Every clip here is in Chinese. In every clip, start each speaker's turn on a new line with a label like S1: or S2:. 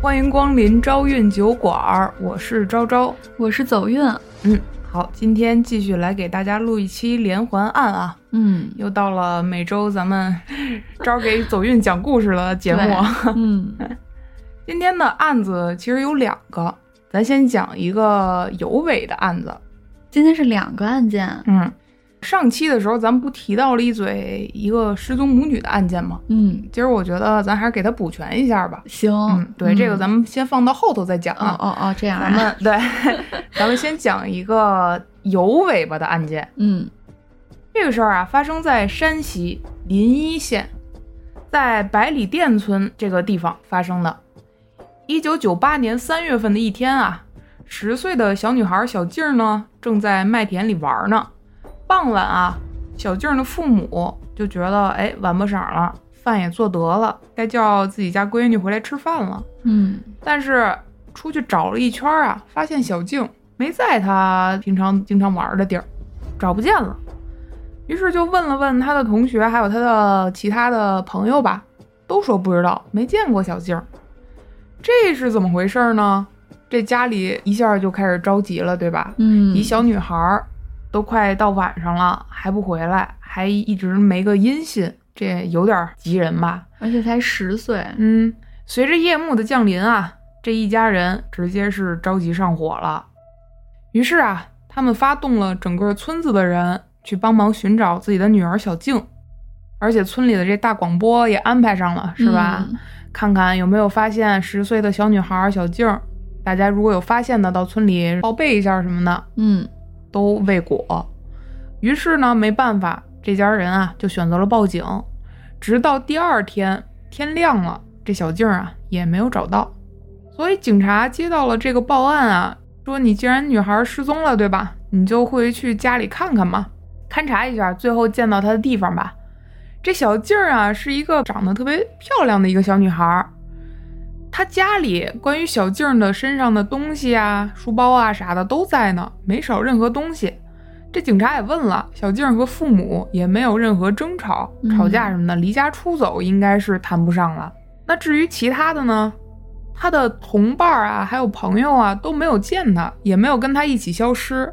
S1: 欢迎光临招运酒馆儿，我是昭昭。
S2: 我是走运，
S1: 嗯，好，今天继续来给大家录一期连环案啊，
S2: 嗯
S1: 又到了每周咱们招给走运讲故事的节目。
S2: 嗯，
S1: 今天的案子其实有两个，咱先讲一个有尾的案子。
S2: 今天是两个案件，
S1: 嗯，上期的时候咱们不提到了一嘴一个失踪母女的案件吗？
S2: 嗯，
S1: 今儿我觉得咱还是给它补全一下吧。
S2: 行，
S1: 嗯，对，这个咱
S2: 们
S1: 们先放到后头再讲
S2: 哦
S1: 啊。
S2: 哦哦，这样啊，
S1: 咱们对，咱们先讲一个有尾巴的案件。
S2: 嗯
S1: 这个事儿啊，发生在山西临沂县，在百里店村这个地方发生的。一九九八年三月份的一天啊，十岁的小女孩小静儿呢，正在麦田里玩呢。傍晚啊，小静儿的父母就觉得，哎，晚不晌了，饭也做得了，该叫自己家闺女回来吃饭了。
S2: 嗯
S1: 但是出去找了一圈儿啊，发现小静没在她平常经常玩的地儿，找不见了。于是就问了问她的同学，还有她的其他的朋友吧，都说不知道，没见过小静。这是怎么回事呢？这家里一下就开始着急了，对吧？
S2: 嗯，
S1: 一小女孩儿都快到晚上了，还不回来，还一直没个音信，这有点儿急人吧？
S2: 而且才十岁，
S1: 嗯，随着夜幕的降临啊，这一家人直接是着急上火了。于是啊，他们发动了整个村子的人去帮忙寻找自己的女儿小静，而且村里的这大广播也安排上了，是吧？
S2: 嗯
S1: 看看有没有发现十岁的小女孩小静儿。大家如果有发现的，到村里报备一下什么的，
S2: 嗯
S1: 都未果。于是呢，没办法，这家人啊就选择了报警。直到第二天天亮了，这小静儿啊也没有找到。所以警察接到了这个报案啊，说你既然女孩失踪了，对吧？你就回去家里看看嘛，勘察一下最后见到她的地方吧。这小静儿啊是一个长得特别漂亮的一个小女孩儿，她家里关于小静儿的身上的东西啊、书包啊啥的都在呢，没少任何东西。这警察也问了，小静儿和父母也没有任何争吵、
S2: 嗯
S1: 吵架什么的，离家出走应该是谈不上了。那至于其他的呢？她的同伴儿啊，还有朋友啊，都没有见她，也没有跟她一起消失。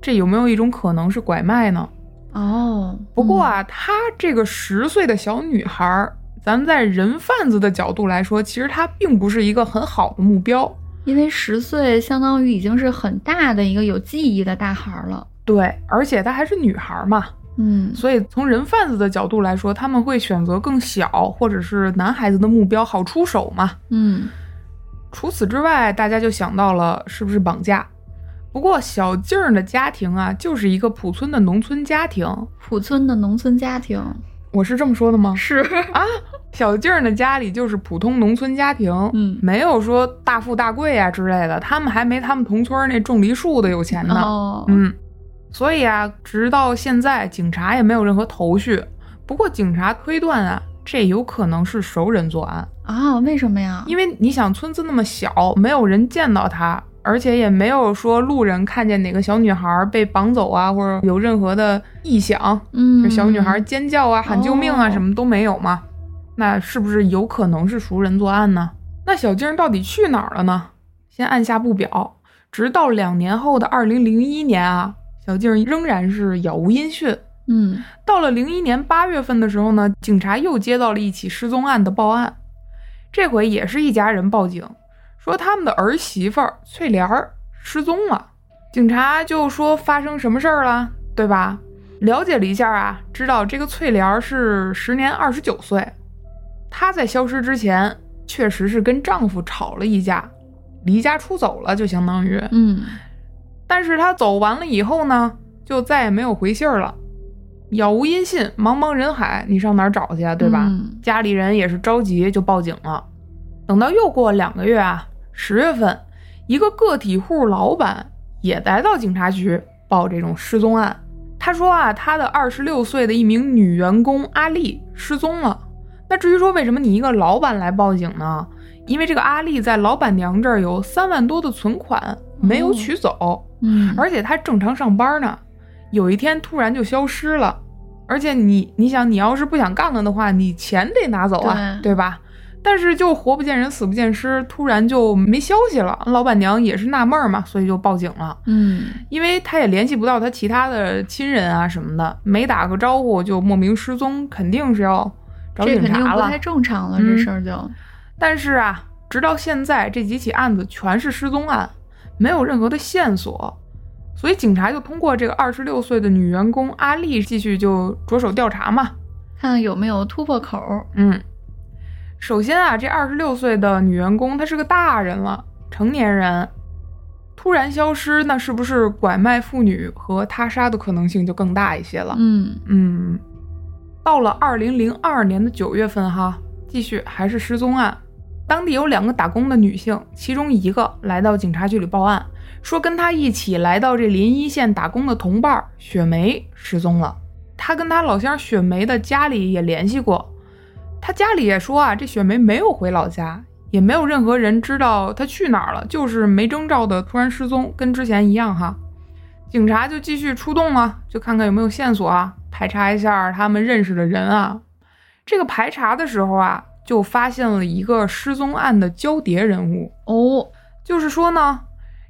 S1: 这有没有一种可能是拐卖呢？
S2: 哦，
S1: 不过啊，她这个十岁的小女孩儿，咱们在人贩子的角度来说，其实她并不是一个很好的目标。
S2: 嗯，因为十岁相当于已经是很大的一个有记忆的大孩儿了，
S1: 对，而且她还是女孩儿嘛，
S2: 嗯
S1: 所以从人贩子的角度来说，他们会选择更小或者是男孩子的目标好出手嘛。
S2: 嗯
S1: 除此之外，大家就想到了是不是绑架。不过小静儿的家庭啊，就是一个普村的农村家庭，
S2: 普村的农村家庭
S1: 我是这么说的吗？
S2: 是，
S1: 小静儿的家里就是普通农村家庭，
S2: 嗯
S1: 没有说大富大贵啊之类的，他们还没他们同村儿那种梨树的有钱呢。
S2: 哦，
S1: 嗯，所以啊，直到现在，警察也没有任何头绪。不过，警察推断啊，这有可能是熟人作案，
S2: 啊，为什么呀？
S1: 因为你想，村子那么小，没有人见到他，而且也没有说路人看见哪个小女孩被绑走啊，或者有任何的异响，
S2: 嗯，
S1: 这小女孩尖叫啊、喊救命啊，
S2: 哦
S1: 什么都没有嘛。那是不是有可能是熟人作案呢？那小静到底去哪儿了呢？先按下不表，直到两年后的二零零一年啊，小静仍然是杳无音讯。
S2: 嗯
S1: 到了零一年八月份的时候呢，警察又接到了一起失踪案的报案，这回也是一家人报警，说他们的儿媳妇儿翠莲儿失踪了。警察就说发生什么事儿了，对吧？了解了一下啊，知道这个翠莲儿是时年二十九岁，她在消失之前确实是跟丈夫吵了一架，离家出走了，就相当于。
S2: 嗯
S1: 但是她走完了以后呢，就再也没有回信儿了，杳无音信，茫茫人海，你上哪儿找去啊？对吧？
S2: 嗯
S1: 家里人也是着急，就报警了。等到又过两个月啊，十月份，一个个体户老板也来到警察局报这种失踪案。他说啊，他的二十六岁的一名女员工阿丽失踪了。那至于说为什么你一个老板来报警呢？因为这个阿丽在老板娘这儿有三万多的存款没有取走，
S2: 嗯，
S1: 而且他正常上班呢，有一天突然就消失了。而且你，你想，你要是不想干了的话，你钱得拿走啊，
S2: 对
S1: 对吧？但是就活不见人，死不见尸，突然就没消息了。老板娘也是纳闷儿嘛，所以就报警了。
S2: 嗯，
S1: 因为她也联系不到她其他的亲人啊什么的，没打个招呼就莫名失踪，肯定是要找
S2: 这
S1: 警
S2: 肯定
S1: 察
S2: 不
S1: 了。
S2: 太正常了，
S1: 嗯
S2: 这事儿就
S1: 但是啊，直到现在这几起案子全是失踪案，没有任何的线索，所以警察就通过这个二十六岁的女员工阿丽继续就着手调查嘛。
S2: 看看有没有突破口。
S1: 嗯，首先啊，这二十六岁的女员工她是个大人了，成年人，突然消失，那是不是拐卖妇女和他杀的可能性就更大一些了？
S2: 嗯，
S1: 嗯，到了二零零二年的九月份，哈，继续还是失踪案。当地有两个打工的女性，其中一个来到警察局里报案，说跟她一起来到这临沂县打工的同伴儿雪梅失踪了。她跟她老乡雪梅的家里也联系过，她家里也说啊，这雪梅没有回老家，也没有任何人知道她去哪儿了，就是没征兆的突然失踪，跟之前一样哈。警察就继续出动啊，就看看有没有线索啊，排查一下他们认识的人啊。这个排查的时候啊，就发现了一个失踪案的交叠人物，
S2: 哦，
S1: 就是说呢，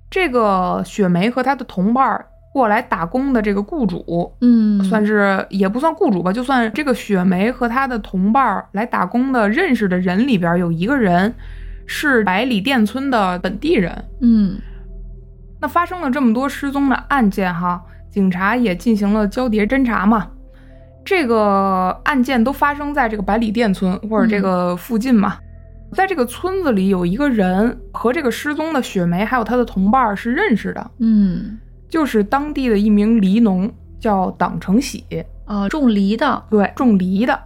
S1: 这个雪梅和她的同伴儿过来打工的这个雇主，
S2: 嗯，
S1: 算是也不算雇主吧，就算这个雪梅和她的同伴儿来打工的认识的人里边儿有一个人是百里店村的本地人，
S2: 嗯，
S1: 那发生了这么多失踪的案件哈，警察也进行了交叠侦查嘛。这个案件都发生在这个百里店村或者这个附近嘛。在这个村子里有一个人和这个失踪的雪梅还有她的同伴儿是认识的，
S2: 嗯，
S1: 就是当地的一名黎农，叫党成喜，
S2: 哦，种梨的，
S1: 对，种梨的。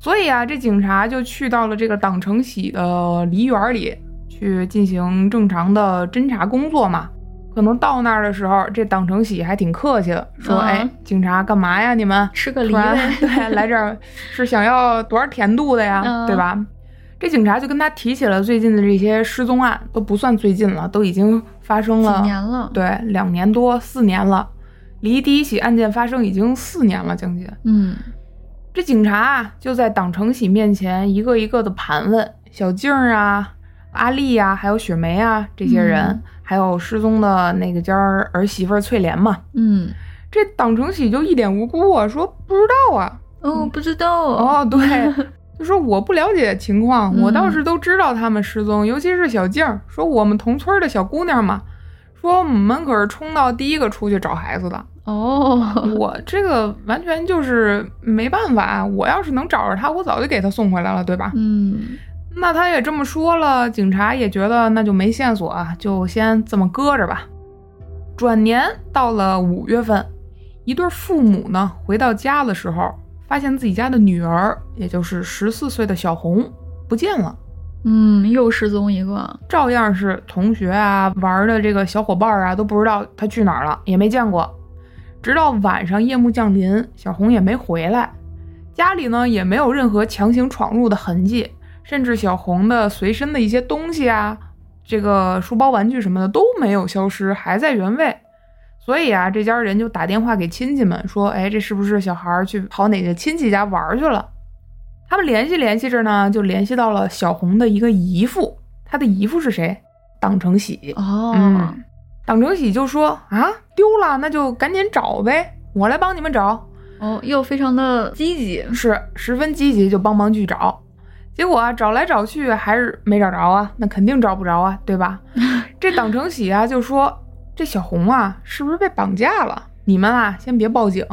S1: 所以啊，这警察就去到了这个党成喜的梨园里去进行正常的侦查工作嘛。可能到那儿的时候，这党成喜还挺客气的，说：“
S2: 嗯
S1: 哎，警察干嘛呀？你们
S2: 吃个梨
S1: 突然
S2: 呗。
S1: 对来这儿是想要多少甜度的呀？
S2: 嗯
S1: 对吧？”这警察就跟他提起了最近的这些失踪案，都不算最近了，都已经发生
S2: 几
S1: 了
S2: 年了？，
S1: 对两年多四年了，离第一起案件发生已经四年了，将近。
S2: 嗯，
S1: 这警察啊，就在党成喜面前一个一个的盘问小静儿啊、阿丽啊，还有雪梅啊这些人，
S2: 嗯
S1: 还有失踪的那个家儿儿媳妇儿翠莲嘛。
S2: 嗯，
S1: 这党成喜就一脸无辜啊，说不知道啊。
S2: 哦，不知道，
S1: 哦， 对，就说我不了解情况，
S2: 嗯
S1: 我倒是都知道他们失踪，尤其是小静儿，说我们同村儿的小姑娘嘛，说我们可是冲到第一个出去找孩子的。
S2: 哦，
S1: 我这个完全就是没办法啊，我要是能找着他，我早就给他送回来了，对吧？
S2: 嗯，
S1: 那他也这么说了，警察也觉得那就没线索啊，就先这么搁着吧。转年到了五月份，一对父母呢回到家的时候，发现自己家的女儿，也就是十四岁的小红不见了，
S2: 嗯，又失踪一个，
S1: 照样是同学啊、玩的这个小伙伴啊，都不知道她去哪儿了，也没见过。直到晚上夜幕降临，小红也没回来，家里呢也没有任何强行闯入的痕迹，甚至小红的随身的一些东西啊，这个书包、玩具什么的都没有消失，还在原位。所以啊，这家人就打电话给亲戚们说：“哎，这是不是小孩儿去跑哪个亲戚家玩儿去了？”他们联系联系着呢，就联系到了小红的一个姨父，他的姨父是谁？党成喜。
S2: 哦，
S1: 嗯党成喜就说：“啊，丢了，那就赶紧找呗，我来帮你们找。”
S2: 哦，又非常的积极，
S1: 是十分积极，就帮忙去找。结果啊，找来找去还是没找着啊，那肯定找不着啊，对吧？ 这党成喜啊就说：“这小红啊，是不是被绑架了？你们啊，先别报警，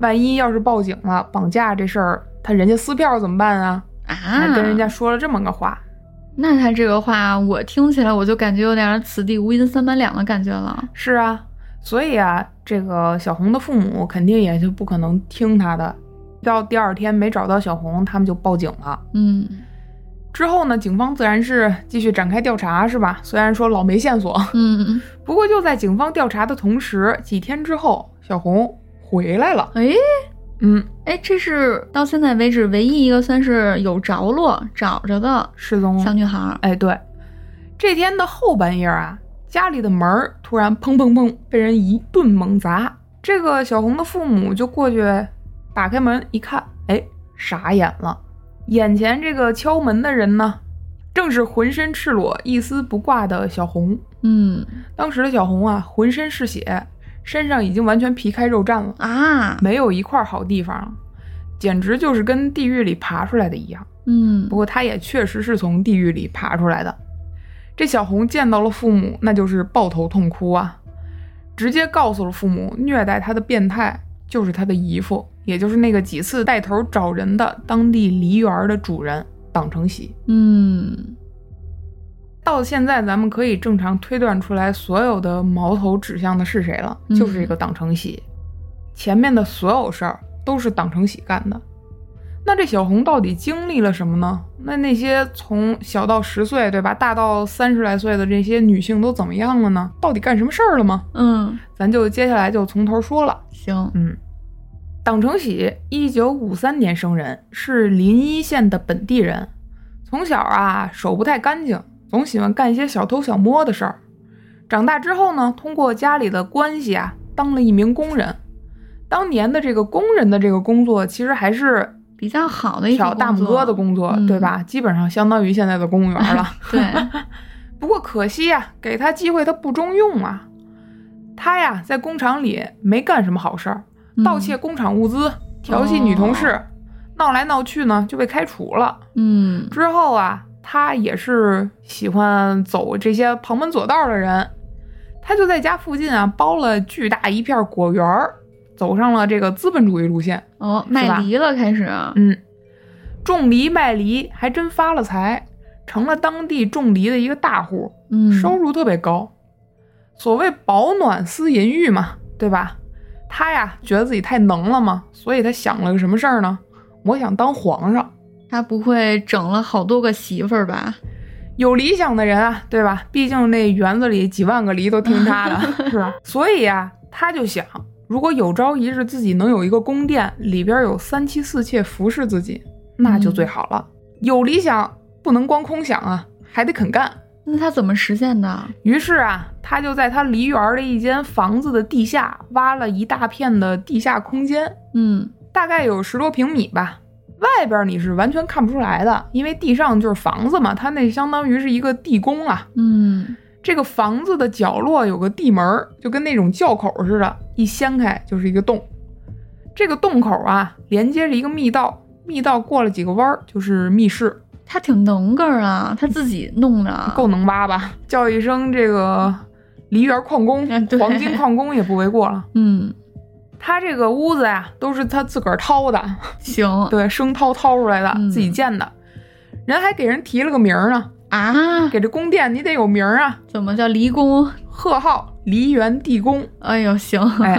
S1: 万一要是报警了，绑架这事儿，他人家撕票怎么办啊？”
S2: 啊，
S1: 跟人家说了这么个话，
S2: 那他这个话，我听起来我就感觉有点此地无银三百两的感觉了。
S1: 是啊，所以啊，这个小红的父母肯定也就不可能听他的。到第二天没找到小红，他们就报警了。
S2: 嗯
S1: 之后呢，警方自然是继续展开调查，是吧？虽然说老没线索，
S2: 嗯，
S1: 不过就在警方调查的同时，几天之后，小红回来了。
S2: 哎
S1: 嗯，
S2: 哎，这是到现在为止唯一一个算是有着落找着的
S1: 失踪
S2: 小
S1: 了。
S2: 女孩儿。
S1: 哎，对，这天的后半夜啊，家里的门儿突然砰砰砰被人一顿猛砸。这个小红的父母就过去打开门一看，哎，傻眼了，眼前这个敲门的人呢，正是浑身赤裸、一丝不挂的小红。
S2: 嗯
S1: 当时的小红啊，浑身是血，身上已经完全皮开肉绽了，
S2: 啊，
S1: 没有一块好地方，简直就是跟地狱里爬出来的一样。
S2: 嗯
S1: 不过她也确实是从地狱里爬出来的。这小红见到了父母，那就是抱头痛哭啊，直接告诉了父母，虐待她的变态就是她的姨父，也就是那个几次带头找人的当地梨园的主人党承喜。
S2: 嗯
S1: 到现在，咱们可以正常推断出来，所有的矛头指向的是谁了，
S2: 嗯
S1: 就是这个党承喜。前面的所有事儿都是党承喜干的。那这小红到底经历了什么呢？那那些从小到十岁，对吧，大到三十来岁的这些女性都怎么样了呢？到底干什么事儿了吗？
S2: 嗯，
S1: 咱就接下来就从头说了。
S2: 行，
S1: 嗯，党承喜一九五三年生人，是临沂县的本地人。从小啊，手不太干净，总喜欢干一些小偷小摸的事儿。长大之后呢，通过家里的关系啊，当了一名工人。当年的这个工人的这个工作，其实还是
S2: 比较好的一
S1: 挑
S2: 种
S1: 啊大拇哥的工作，
S2: 嗯
S1: 对吧？基本上相当于现在的公务员 了。
S2: 对，
S1: 不过可惜呀、给他机会他不中用啊。他呀，在工厂里没干什么好事儿，
S2: 嗯
S1: 盗窃，工厂物资，调戏女同事，闹来闹去呢就被开除了。
S2: 嗯
S1: 之后啊，他也是喜欢走这些旁门左道的人，他就在家附近啊包了巨大一片果园儿，走上了这个资本主义路线。
S2: 哦，
S1: 是吧
S2: 卖梨了开始，
S1: 嗯，种梨卖梨还真发了财，成了当地种梨的一个大户。
S2: 嗯，
S1: 收入特别高。所谓保暖思淫欲嘛，对吧？他呀觉得自己太能了嘛，所以他想了个什么事儿呢？我想当皇上。
S2: 他不会整了好多个媳妇儿吧？
S1: 有理想的人啊，对吧？毕竟那园子里几万个梨都听他的，是吧？所以呀、他就想，如果有朝一日自己能有一个宫殿，里边有三妻四妾服侍自己，那就最好了。有理想不能光空想啊，还得肯干。
S2: 那他怎么实现的？
S1: 于是啊，他就在他梨园儿的一间房子的地下挖了一大片的地下空间，
S2: 嗯
S1: 大概有十多平米吧。外边儿你是完全看不出来的，因为地上就是房子嘛，它那相当于是一个地宫啊。
S2: 嗯
S1: 这个房子的角落有个地门儿，就跟那种窖口似的，一掀开就是一个洞。这个洞口啊，连接着一个密道，密道过了几个弯儿就是密室，
S2: 他挺能个儿啊，他自己弄的，
S1: 够能挖吧？叫一声这个梨园矿工
S2: 嗯对，
S1: 黄金矿工也不为过了。
S2: 嗯，
S1: 他这个屋子呀，都是他自个儿掏的，
S2: 行
S1: 对，生掏掏出来的，
S2: 嗯
S1: 自己建的。人还给人提了个名儿呢，
S2: 啊，
S1: 给这宫殿你得有名儿啊，
S2: 怎么叫离宫？
S1: 贺号梨园地宫。
S2: 哎呦，行，
S1: 哎，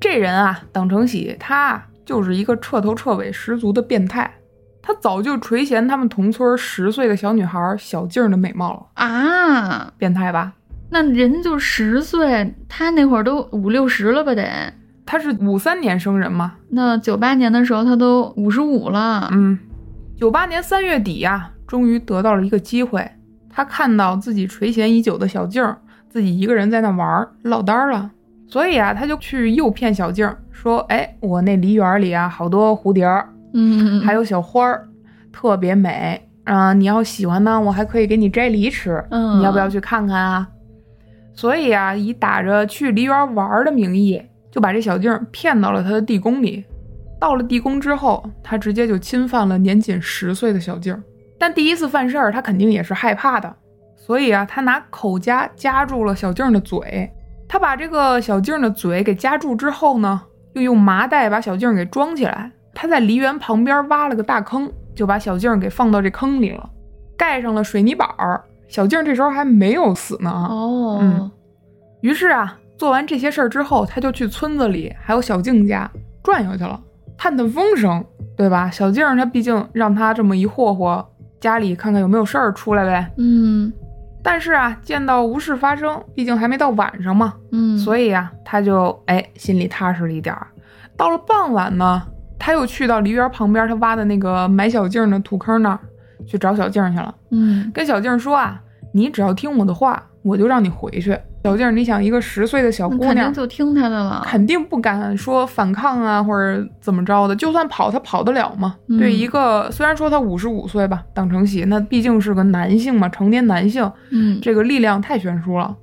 S1: 这人啊，党承喜，他啊就是一个彻头彻尾十足的变态。他早就垂涎他们同村十岁的小女孩小静儿的美貌了，
S2: 啊，
S1: 变态吧？
S2: 那人就十岁，他那会儿都五六十了吧得？
S1: 他是五三年生人嘛，
S2: 那九八年的时候他都五十五了，
S1: 嗯，九八年三月底呀、终于得到了一个机会。他看到自己垂涎已久的小静儿，自己一个人在那玩儿，落单儿了。所以啊，他就去诱骗小静儿，说：“哎，我那梨园里啊，好多蝴蝶儿，
S2: 嗯，
S1: 还有小花儿，特别美啊、你要喜欢呢，我还可以给你摘梨吃。
S2: 嗯
S1: 你要不要去看看啊？”所以啊，以打着去梨园玩儿的名义，就把这小静儿骗到了他的地宫里。到了地宫之后，他直接就侵犯了年仅十岁的小静儿。但第一次犯事儿，他肯定也是害怕的，所以啊，他拿口夹夹住了小静儿的嘴。他把这个小静儿的嘴给夹住之后呢，又用麻袋把小静儿给装起来。他在梨园旁边挖了个大坑，就把小静儿给放到这坑里了，盖上了水泥板儿。小静儿这时候还没有死呢啊！
S2: 哦，
S1: 嗯于是啊，做完这些事儿之后，他就去村子里还有小静家转悠去了，探探风声，对吧？小静儿她毕竟让他这么一霍霍，家里看看有没有事儿出来呗。
S2: 嗯
S1: 但是啊，见到无事发生，毕竟还没到晚上嘛，
S2: 嗯，
S1: 所以啊，他就哎心里踏实了一点儿。到了傍晚呢，他又去到梨园旁边他挖的那个埋小静儿的土坑那儿去找小静儿去了，
S2: 嗯
S1: 跟小静儿说啊，你只要听我的话，我就让你回去。小静儿，你想一个十岁的小
S2: 那
S1: 姑
S2: 肯定
S1: 娘，
S2: 就听他的了。
S1: 肯定不敢说反抗啊，或者怎么着的。就算跑，她跑得了吗？
S2: 嗯
S1: 对一个虽然说她五十五岁吧，党承喜那毕竟是个男性嘛，成年男性，
S2: 嗯，
S1: 这个力量太悬殊了。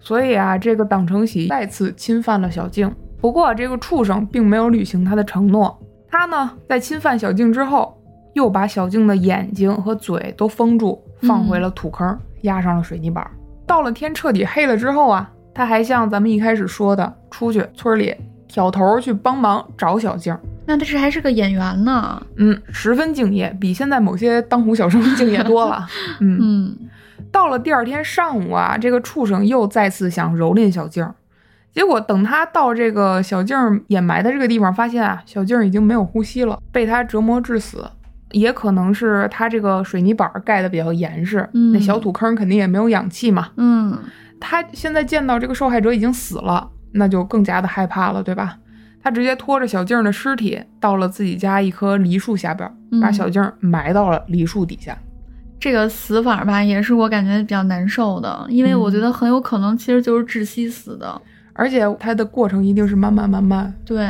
S1: 所以啊，这个党承喜再次侵犯了小静。不过，这个畜生并没有履行他的承诺。他呢，在侵犯小静之后，又把小静的眼睛和嘴都封住，放回了土坑，压上了水泥板。到了天彻底黑了之后啊，他还像咱们一开始说的，出去村里挑头去帮忙找小静。
S2: 那他这还是个演员呢。
S1: 嗯，十分敬业，比现在某些当红小生敬业多了。 嗯
S2: 嗯
S1: 到了第二天上午啊，这个畜生又再次想蹂躏小静儿，结果等他到这个小静儿掩埋的这个地方，发现啊，小静儿已经没有呼吸了，被他折磨致死。也可能是他这个水泥板儿盖的比较严实，
S2: 嗯
S1: 那小土坑肯定也没有氧气嘛。
S2: 嗯
S1: 他现在见到这个受害者已经死了，那就更加的害怕了，对吧？他直接拖着小静儿的尸体到了自己家一棵梨树下边儿，
S2: 嗯，
S1: 把小静儿埋到了梨树底下。
S2: 这个死法吧，也是我感觉比较难受的，因为我
S1: 嗯
S2: 觉得很有可能其实就是窒息死的。
S1: 而且他的过程一定是慢慢慢慢
S2: 对，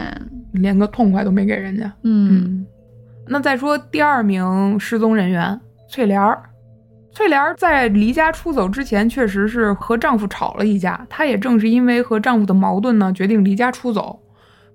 S1: 连个痛快都没给人家。
S2: 嗯，
S1: 那再说第二名失踪人员翠莲儿，翠莲儿在离家出走之前，确实是和丈夫吵了一架。她也正是因为和丈夫的矛盾呢，决定离家出走。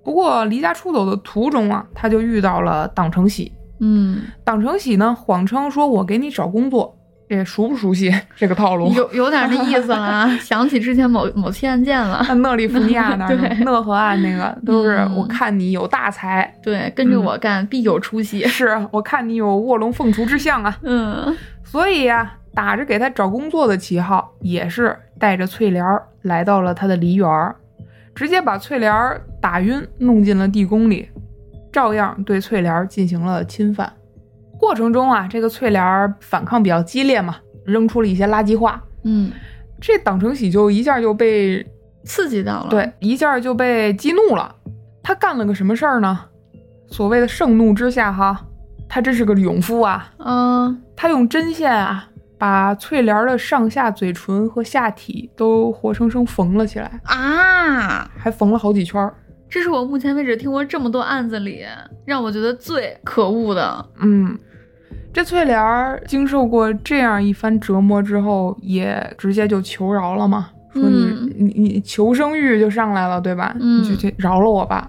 S1: 不过离家出走的途中啊，她就遇到了党承喜。
S2: 嗯，
S1: 党承喜呢，谎称说我给你找工作，这熟不熟悉这个套路？
S2: 有有点那意思 了啊，想起之前某某期案件了。
S1: 那讷利福尼亚那儿
S2: 对
S1: 讷河岸那个都是，
S2: 嗯
S1: 我看你有大才，
S2: 对，跟
S1: 嗯
S2: 着我干、必有出息。
S1: 是我看你有卧龙凤雏之相啊，
S2: 嗯
S1: 所以呀、打着给他找工作的旗号，也是带着翠莲儿来到了他的梨园儿，直接把翠莲儿打晕，弄进了地宫里，照样对翠莲儿进行了侵犯。过程中啊，这个翠莲儿反抗比较激烈嘛，扔出了一些垃圾话，
S2: 嗯，
S1: 这党承喜就一下就被
S2: 刺激到了。
S1: 对，一下就被激怒了。他干了个什么事儿呢？所谓的盛怒之下，哈，他真是个勇夫啊！
S2: 嗯，
S1: 他用针线啊，把翠莲儿的上下嘴唇和下体都活生生缝了起来，
S2: 啊，
S1: 还缝了好几圈儿。
S2: 这是我目前为止听过这么多案子里让我觉得最可恶的。
S1: 嗯，这翠莲儿经受过这样一番折磨之后，也直接就求饶了嘛，说你、
S2: 嗯
S1: 你你求生欲就上来了，对吧？
S2: 嗯
S1: 你就去饶了我吧，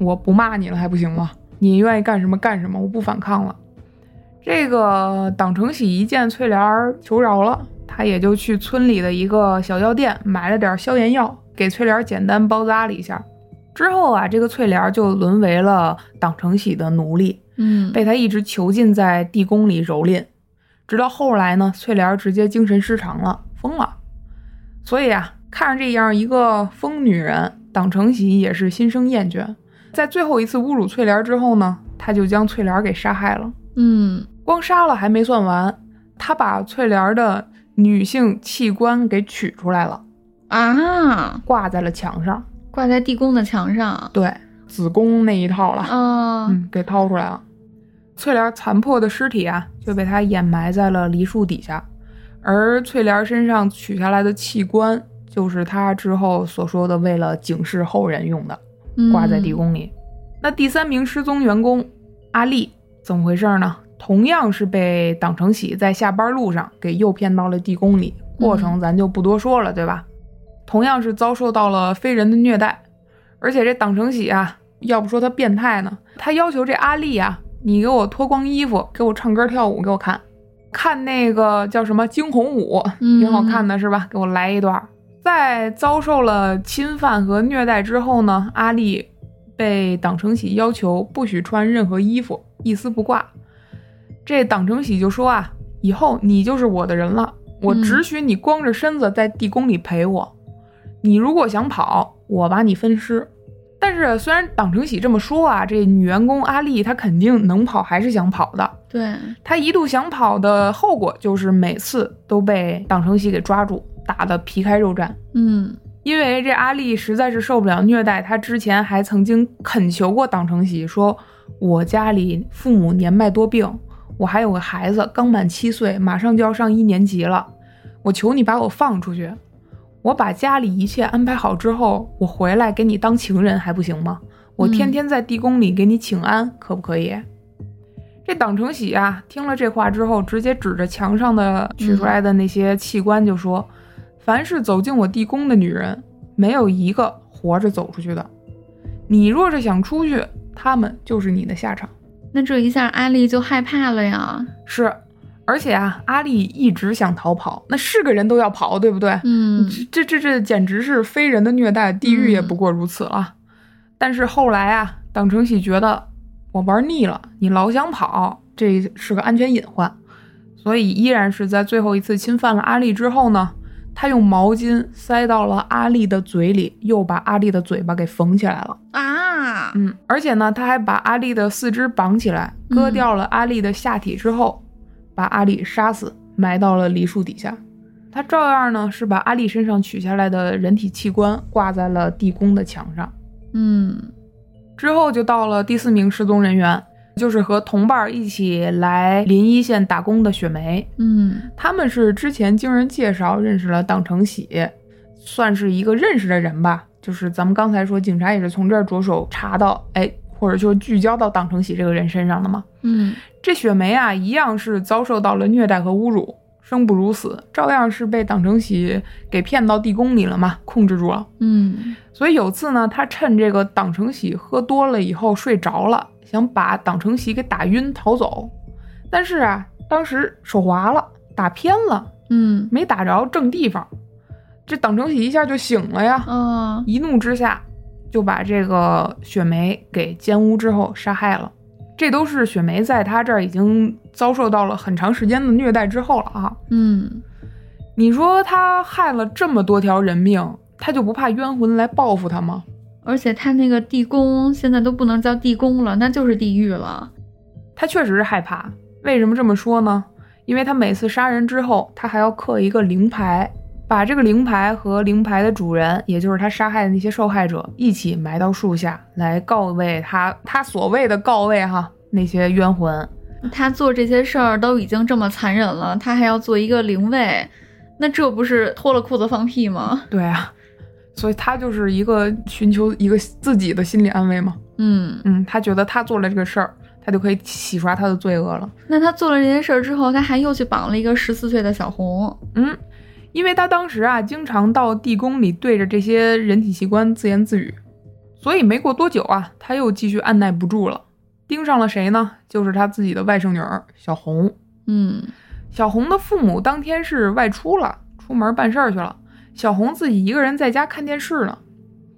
S1: 我不骂你了还不行吗？你愿意干什么干什么，我不反抗了。这个党承喜一见翠莲儿求饶了，他也就去村里的一个小药店买了点消炎药，给翠莲儿简单包扎了一下。之后啊，这个翠莲儿就沦为了党承喜的奴隶。
S2: 嗯，
S1: 被他一直囚禁在地宫里蹂躏，直到后来呢，翠莲儿直接精神失常了，疯了。所以啊，看着这样一个疯女人，党承喜也是心生厌倦。在最后一次侮辱翠莲儿之后呢，他就将翠莲儿给杀害了。
S2: 嗯，
S1: 光杀了还没算完，他把翠莲儿的女性器官给取出来了，
S2: 啊，
S1: 挂在了墙上。
S2: 挂在地宫的墙上。
S1: 对，子宫那一套了。
S2: 啊，
S1: 嗯，给掏出来了。翠莲残破的尸体啊，就被他掩埋在了梨树底下，而翠莲身上取下来的器官，就是他之后所说的为了警示后人用的，
S2: 嗯
S1: 挂在地
S2: 宫。
S1: 宫里。那第三名失踪员工阿丽怎么回事呢？同样是被党承喜在下班路上给诱骗到了地宫里，过程咱就不多说了，对吧？同样是遭受到了非人的虐待，而且这党承喜啊，要不说他变态呢，他要求这阿丽啊，你给我脱光衣服，给我唱歌跳舞给我看，看那个叫什么惊鸿舞，
S2: 嗯
S1: 挺好看的是吧？给我来一段儿。在遭受了侵犯和虐待之后呢，阿丽被党承喜要求不许穿任何衣服，一丝不挂。这党承喜就说啊，以后你就是我的人了，我
S2: 嗯
S1: 只许你光着身子在地宫里陪我。你如果想跑，我把你分尸。但是虽然党承喜这么说啊，这女员工阿丽她肯定能跑，还是想跑的。
S2: 对，
S1: 她一度想跑的后果就是每次都被党承喜给抓住，打得皮开肉绽。
S2: 嗯
S1: 因为这阿丽实在是受不了虐待，她之前还曾经恳求过党承喜，说我家里父母年迈多病，我还有个孩子刚满七岁，马上就要上一年级了，我求你把我放出去，我把家里一切安排好之后，我回来给你当情人还不行吗？我天天在地宫里给你请安，可不可以？”这党承喜啊，听了这话之后，直接指着墙上的取出来的那些器官就说：“凡是走进我地宫的女人，没有一个活着走出去的。你若是想出去，她们就是你的下场。”
S2: 那这一下阿丽就害怕了呀。
S1: 是，而且啊，阿丽一直想逃跑，那是个人都要跑，对不对？
S2: 嗯，
S1: 这这这简直是非人的虐待，地狱也
S2: 嗯
S1: 不过如此了。但是后来啊，党承喜觉得我玩腻了，你老想跑，这是个安全隐患，所以依然是在最后一次侵犯了阿丽之后呢，他用毛巾塞到了阿丽的嘴里，又把阿丽的嘴巴给缝起来了。
S2: 啊，
S1: 嗯，而且呢，他还把阿丽的四肢绑起来，
S2: 嗯
S1: 割掉了阿丽的下体之后，把阿丽杀死，埋到了梨树底下。他照样呢是把阿丽身上取下来的人体器官挂在了地宫的墙上。
S2: 嗯
S1: 之后就到了第四名失踪人员，就是和同伴一起来临沂县打工的雪梅。
S2: 嗯
S1: 他们是之前经人介绍认识了党承喜，算是一个认识的人吧。就是咱们刚才说，警察也是从这儿着手查到，哎，或者说聚焦到党承喜这个人身上的嘛。
S2: 嗯
S1: 这雪梅啊，一样是遭受到了虐待和侮辱，生不如死，照样是被党承喜给骗到地宫里了嘛，控制住了。
S2: 嗯
S1: 所以有次呢，他趁这个党承喜喝多了以后睡着了，想把党承喜给打晕逃走，但是啊，当时手滑了，打偏了。
S2: 嗯，
S1: 没打着正地方，这党承喜一下就醒了呀，
S2: 哦，
S1: 一怒之下就把这个雪梅给奸污之后杀害了。这都是雪梅在他这儿已经遭受到了很长时间的虐待之后了啊！
S2: 嗯
S1: 你说他害了这么多条人命，他就不怕冤魂来报复他吗？
S2: 而且他那个地宫现在都不能叫地宫了，那就是地狱了。
S1: 他确实是害怕。为什么这么说呢？因为他每次杀人之后，他还要刻一个灵牌，把这个灵牌和灵牌的主人，也就是他杀害的那些受害者，一起埋到树下，来告慰他。他所谓的告慰哈那些冤魂。
S2: 他做这些事儿都已经这么残忍了，他还要做一个灵位，那这不是脱了裤子放屁吗？
S1: 对啊，所以他就是一个寻求一个自己的心理安慰嘛。
S2: 嗯，
S1: 嗯，他觉得他做了这个事儿，他就可以洗刷他的罪恶了。
S2: 那他做了这件事儿之后，他还又去绑了一个十四岁的小红。
S1: 嗯，因为他当时啊，经常到地宫里对着这些人体器官自言自语，所以没过多久啊，他又继续按耐不住了，盯上了谁呢？就是他自己的外甥女儿小红。
S2: 嗯
S1: 小红的父母当天是外出了，出门办事儿去了，小红自己一个人在家看电视呢。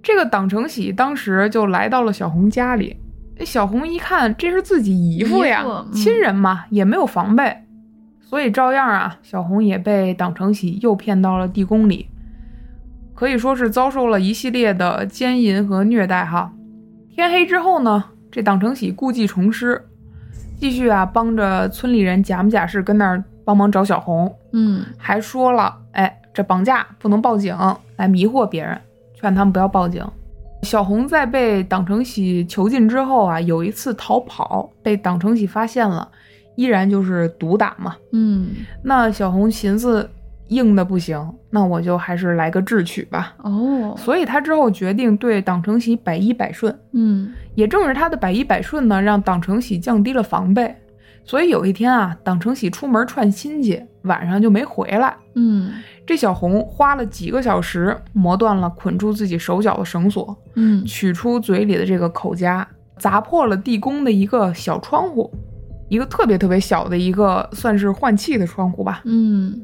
S1: 这个党承喜当时就来到了小红家里，小红一看这是自己姨夫呀，
S2: 姨父嗯
S1: 亲人嘛，也没有防备，所以照样啊，小红也被党承喜诱骗到了地宫里，可以说是遭受了一系列的奸淫和虐待哈。天黑之后呢，这党承喜故技重施，继续啊帮着村里人假模假式跟那儿帮忙找小红，
S2: 嗯
S1: 还说了，哎，这绑架不能报警，来迷惑别人，劝他们不要报警。小红在被党承喜囚禁之后啊，有一次逃跑被党承喜发现了，依然就是毒打嘛。
S2: 嗯，
S1: 那小红寻思硬的不行，那我就还是来个智取吧。
S2: 哦，
S1: 所以她之后决定对党承喜百依百顺，
S2: 嗯
S1: 也正是他的百依百顺呢，让党承喜降低了防备。所以有一天啊，党承喜出门串亲戚，晚上就没回来。
S2: 嗯
S1: 这小红花了几个小时磨断了捆住自己手脚的绳索，
S2: 嗯
S1: 取出嘴里的这个口夹，砸破了地宫的一个小窗户，一个特别特别小的一个算是换气的窗户吧。
S2: 嗯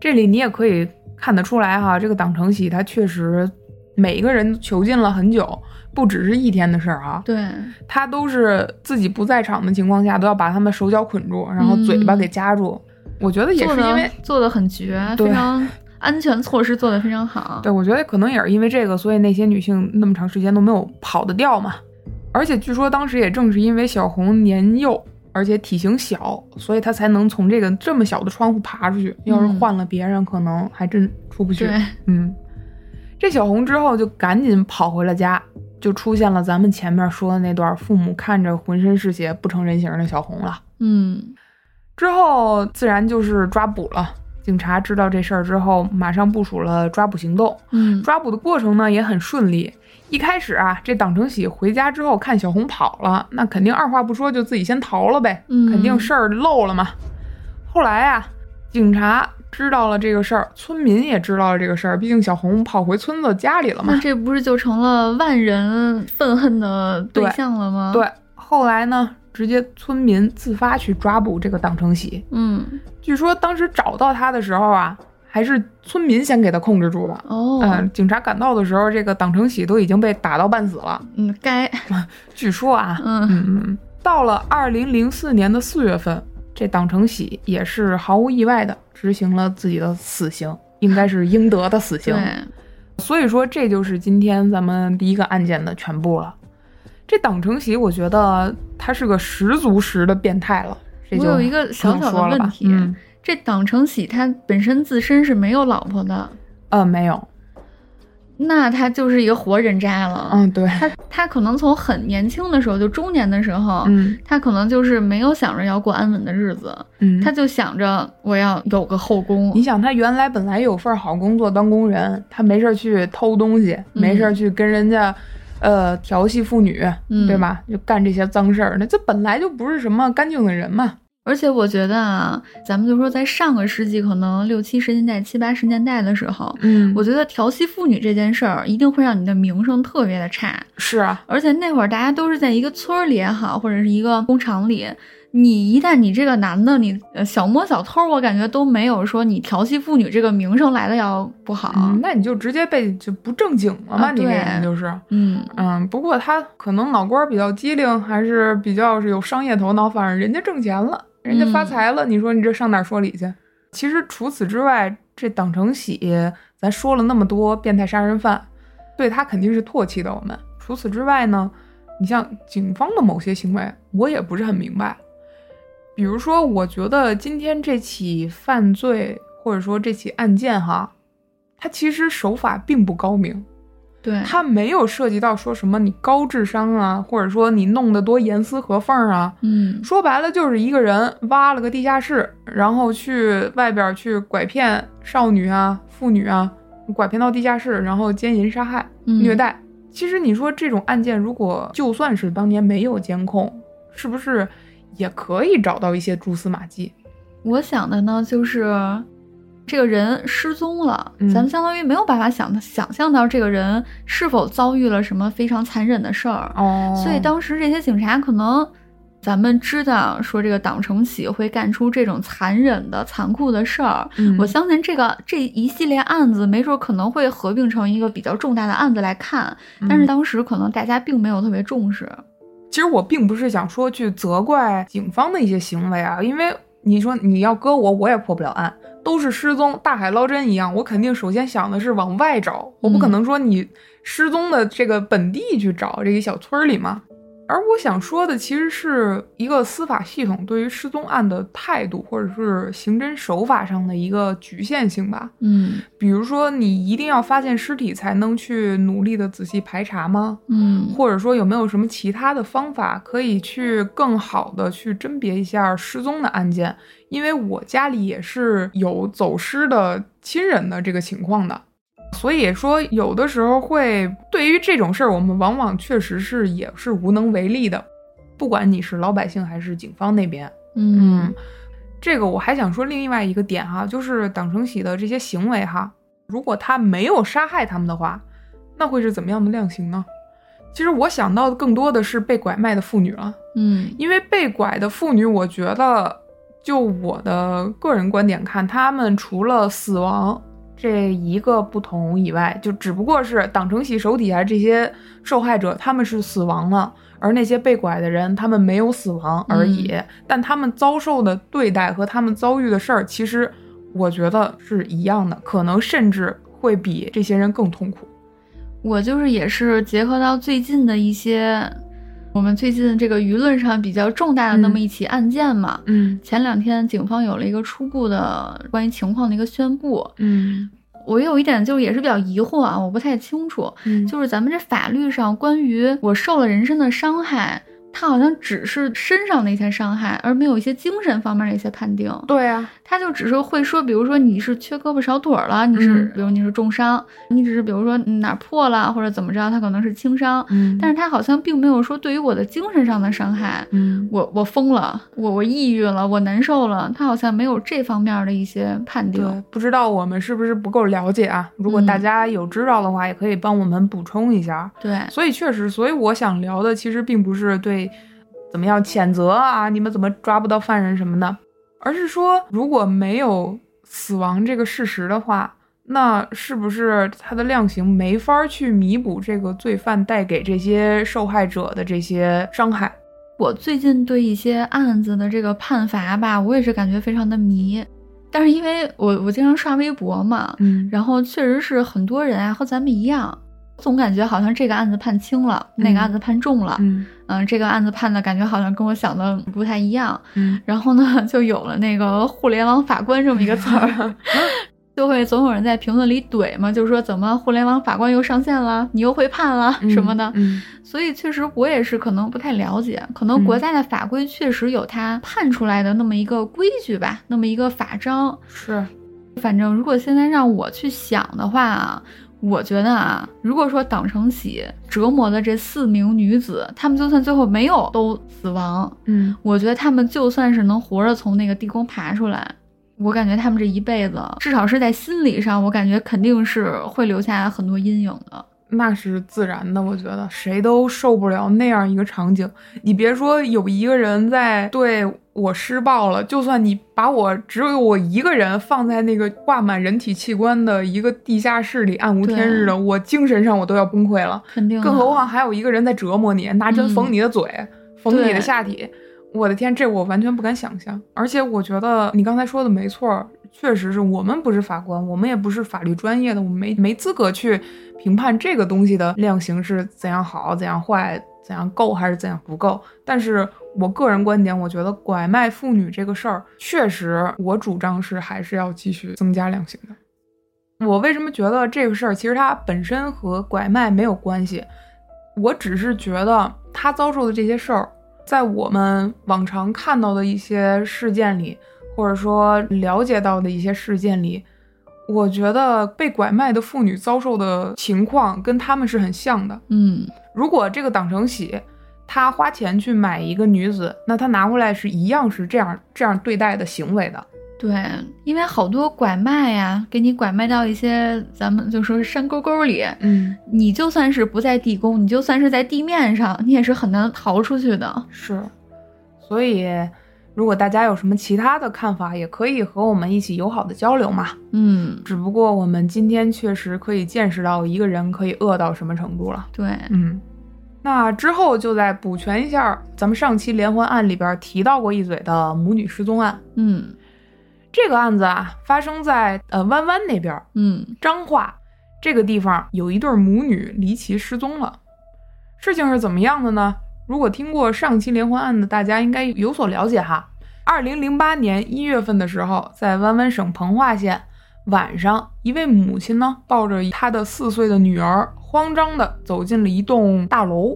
S1: 这里你也可以看得出来哈，这个党承喜他确实每一个人囚禁了很久，不只是一天的事儿啊。
S2: 对，
S1: 他都是自己不在场的情况下，都要把他们手脚捆住，然后嘴巴给夹住。我觉得也
S2: 做
S1: 是因
S2: 的
S1: 为，
S2: 做的很绝，
S1: 对
S2: 非常安全措施做的非常好。
S1: 对我觉得可能也是因为这个，所以那些女性那么长时间都没有跑得掉嘛。而且据说当时也正是因为小红年幼，而且体型小，所以她才能从这个这么小的窗户爬出去。要是换了别人，可能还真出不去。
S2: 对，
S1: 嗯，这小红之后就赶紧跑回了家，就出现了咱们前面说的那段父母看着浑身是血不成人形的小红了。
S2: 嗯
S1: 之后自然就是抓捕了，警察知道这事儿之后，马上部署了抓捕行动。
S2: 嗯，
S1: 抓捕的过程呢也很顺利。一开始啊，这党成喜回家之后看小红跑了，那肯定二话不说就自己先逃了呗，
S2: 嗯
S1: 肯定事儿漏了嘛。后来啊，警察知道了这个事儿，村民也知道了这个事儿，毕竟小红跑回村子家里了嘛
S2: 那。啊这不是就成了万人愤恨的对象了吗？，
S1: 对，后来呢，直接村民自发去抓捕这个党成喜。
S2: 嗯，
S1: 据说当时找到他的时候啊，还是村民先给他控制住了。
S2: 哦，
S1: 嗯，警察赶到的时候，这个党成喜都已经被打到半死了。
S2: 嗯，该，
S1: 据说啊，
S2: 嗯
S1: 嗯嗯，嗯，到了二零零四年的四月份，这党成喜也是毫无意外的执行了自己的死刑，应该是应得的死刑。
S2: 对，
S1: 所以说，这就是今天咱们第一个案件的全部了。这党成喜，我觉得他是个十足十的变态了。这就
S2: 我有一个小小
S1: 不用说
S2: 的
S1: 了吧
S2: 问题，
S1: 嗯，
S2: 这党成喜他本身自身是没有老婆的，
S1: 呃，没有，
S2: 那他就是一个活人渣了。
S1: 嗯，对，
S2: 他他可能从很年轻的时候，就中年的时候，
S1: 嗯
S2: 他可能就是没有想着要过安稳的日子，
S1: 嗯，
S2: 他就想着我要有个后宫。
S1: 你想，他原来本来有份好工作当工人，他没事儿去偷东西，没事儿去跟人家，呃，调戏妇女，
S2: 嗯
S1: 对吧？就干这些脏事儿，那这本来就不是什么干净的人嘛。
S2: 而且我觉得啊，咱们就说在上个世纪，可能六七十年代、七八十年代的时候，
S1: 嗯
S2: 我觉得调戏妇女这件事儿一定会让你的名声特别的差。
S1: 是啊，
S2: 而且那会儿大家都是在一个村儿里也好，或者是一个工厂里，你一旦你这个男的你呃小摸小偷，我感觉都没有说你调戏妇女这个名声来的要不好。
S1: 嗯那你就直接被就不正经了嘛，
S2: 啊
S1: 你这
S2: 对
S1: 人就是。
S2: 嗯
S1: 嗯，不过他可能脑瓜儿比较机灵，还是比较是有商业头脑，反正人家挣钱了，人家发
S2: 嗯
S1: 财了，你说你这上哪儿说理去？其实除此之外，这党成喜，咱说了那么多变态杀人犯，对他肯定是唾弃的。我们除此之外呢，你像警方的某些行为，我也不是很明白。比如说，我觉得今天这起犯罪或者说这起案件哈，它其实手法并不高明。
S2: 对，
S1: 它没有涉及到说什么你高智商啊，或者说你弄得多严丝合缝啊。
S2: 嗯
S1: 说白了就是一个人挖了个地下室，然后去外边去拐骗少女啊、妇女啊，拐骗到地下室，然后奸淫、杀害、
S2: 嗯
S1: 虐待。其实你说这种案件，如果就算是当年没有监控，是不是也可以找到一些蛛丝马迹？
S2: 我想的呢就是这个人失踪了，
S1: 嗯
S2: 咱们相当于没有办法想想象到这个人是否遭遇了什么非常残忍的事儿。
S1: 哦
S2: 所以当时这些警察可能，咱们知道说这个党成喜会干出这种残忍的、残酷的事儿。
S1: 嗯
S2: 我相信这个这一系列案子，没准可能会合并成一个比较重大的案子来看，
S1: 嗯
S2: 但是当时可能大家并没有特别重视。
S1: 其实我并不是想说去责怪警方的一些行为啊，因为你说你要搁我，我也破不了案，都是失踪，大海捞针一样，我肯定首先想的是往外找，我不可能说你失踪的这个本地去找这个小村儿里嘛。而我想说的其实是一个司法系统对于失踪案的态度，或者是刑侦手法上的一个局限性吧。
S2: 嗯
S1: 比如说，你一定要发现尸体才能去努力的仔细排查吗？
S2: 嗯
S1: 或者说有没有什么其他的方法可以去更好的去甄别一下失踪的案件？因为我家里也是有走失的亲人的这个情况的，所以说有的时候会对于这种事儿，我们往往确实是也是无能为力的，不管你是老百姓还是警方那边，
S2: 嗯
S1: 嗯，这个我还想说另外一个点哈，就是党成喜的这些行为哈，如果他没有杀害他们的话，那会是怎么样的量刑呢？其实我想到的更多的是被拐卖的妇女了，
S2: 嗯
S1: 因为被拐的妇女，我觉得就我的个人观点看，他们除了死亡这一个不同以外，就只不过是党成喜手底下这些受害者他们是死亡了，而那些被拐的人他们没有死亡而已，但他们遭受的对待和他们遭遇的事儿，其实我觉得是一样的，可能甚至会比这些人更痛苦。
S2: 我就是也是结合到最近的一些，我们最近这个舆论上比较重大的那么
S1: 嗯
S2: 一起案件嘛。
S1: 嗯
S2: 前两天警方有了一个初步的关于情况的一个宣布，
S1: 嗯
S2: 我有一点就也是比较疑惑啊，我不太清楚，
S1: 嗯
S2: 就是咱们这法律上关于我受了人身的伤害，他好像只是身上的一些伤害，而没有一些精神方面的一些判定。
S1: 对啊，
S2: 他就只是会说，比如说你是缺胳膊少腿儿了，你是、
S1: 嗯
S2: 比如你是重伤，你只是比如说嗯哪儿破了或者怎么着，他可能是轻伤，
S1: 嗯
S2: 但
S1: 是
S2: 是他好像并没有说对于我的精神上的伤害，
S1: 嗯
S2: 我我疯了，我我抑郁了，我难受了，他好像没有这方面的一些判定。
S1: 对，不知道我们是不是不够了解啊？如果
S2: 嗯
S1: 大家有知道的话，也可以帮我们补充一下。
S2: 对，
S1: 所以确实，所以我想聊的其实并不是对怎么样谴责啊，你们怎么抓不到犯人什么的，而是说如果没有死亡这个事实的话，那是不是他的量刑没法儿去弥补这个罪犯带给这些受害者的这些伤害？
S2: 我最近对一些案子的这个判罚吧，我也是感觉非常的迷，但是因为我我经常刷微博嘛，
S1: 嗯
S2: 然后确实是很多人啊和咱们一样，总感觉好像这个案子判轻了，
S1: 嗯
S2: 那个案子判重了，
S1: 嗯
S2: 嗯、这个案子判的感觉好像跟我想的不太一样，
S1: 嗯
S2: 然后呢，就有了那个“互联网法官”这么一个词儿， 就会总有人在评论里怼嘛，就是说怎么互联网法官又上线了，你又会判了什么的。
S1: 嗯
S2: 所以确实我也是可能不太了解，可能国家的法规确实有它判出来的那么一个规矩吧，那么一个法章。
S1: 是
S2: 反正如果现在让我去想的话啊，我觉得啊，如果说党承喜折磨的这四名女子，她们就算最后没有都死亡，
S1: 嗯
S2: 我觉得他们就算是能活着从那个地宫爬出来，我感觉他们这一辈子，至少是在心理上，我感觉肯定是会留下很多阴影的。
S1: 那是自然的，我觉得谁都受不了那样一个场景。你别说有一个人在对我施暴了，就算你把我只有我一个人放在那个挂满人体器官的一个地下室里暗无天日的，我精神上我都要崩溃了。
S2: 肯定的，啊
S1: 更何况还有一个人在折磨你，拿针缝你的嘴，缝你的下体。我的天，这我完全不敢想象。而且我觉得你刚才说的没错儿，确实是我们不是法官，我们也不是法律专业的，我们没没资格去评判这个东西的量刑是怎样好、怎样坏、怎样够还是怎样不够。但是我个人观点，我觉得拐卖妇女这个事儿，确实我主张是还是要继续增加量刑的。我为什么觉得这个事儿其实它本身和拐卖没有关系？我只是觉得他遭受的这些事儿，在我们往常看到的一些事件里，或者说了解到的一些事件里，我觉得被拐卖的妇女遭受的情况跟他们是很像的。
S2: 嗯，
S1: 如果这个党承喜他花钱去买一个女子，那他拿回来是一样是这样这样对待的行为的。
S2: 对，因为好多拐卖呀、给你拐卖到一些咱们就说是山沟沟里，
S1: 嗯，
S2: 你就算是不在地宫，你就算是在地面上，你也是很难逃出去的。
S1: 是，所以如果大家有什么其他的看法，也可以和我们一起友好的交流嘛。
S2: 嗯，
S1: 只不过我们今天确实可以见识到一个人可以饿到什么程度了。
S2: 对，
S1: 嗯，那之后就再补全一下咱们上期连环案里边提到过一嘴的母女失踪案。
S2: 嗯
S1: 这个案子啊，发生在呃弯弯那边
S2: 嗯
S1: 彰化这个地方，有一对母女离奇失踪了。事情是怎么样的呢？如果听过上期连环案的大家，应该有所了解哈。二零零八年一月份的时候，在湾湾省彭化县，晚上，一位母亲呢抱着她的四岁的女儿，慌张地走进了一栋大楼，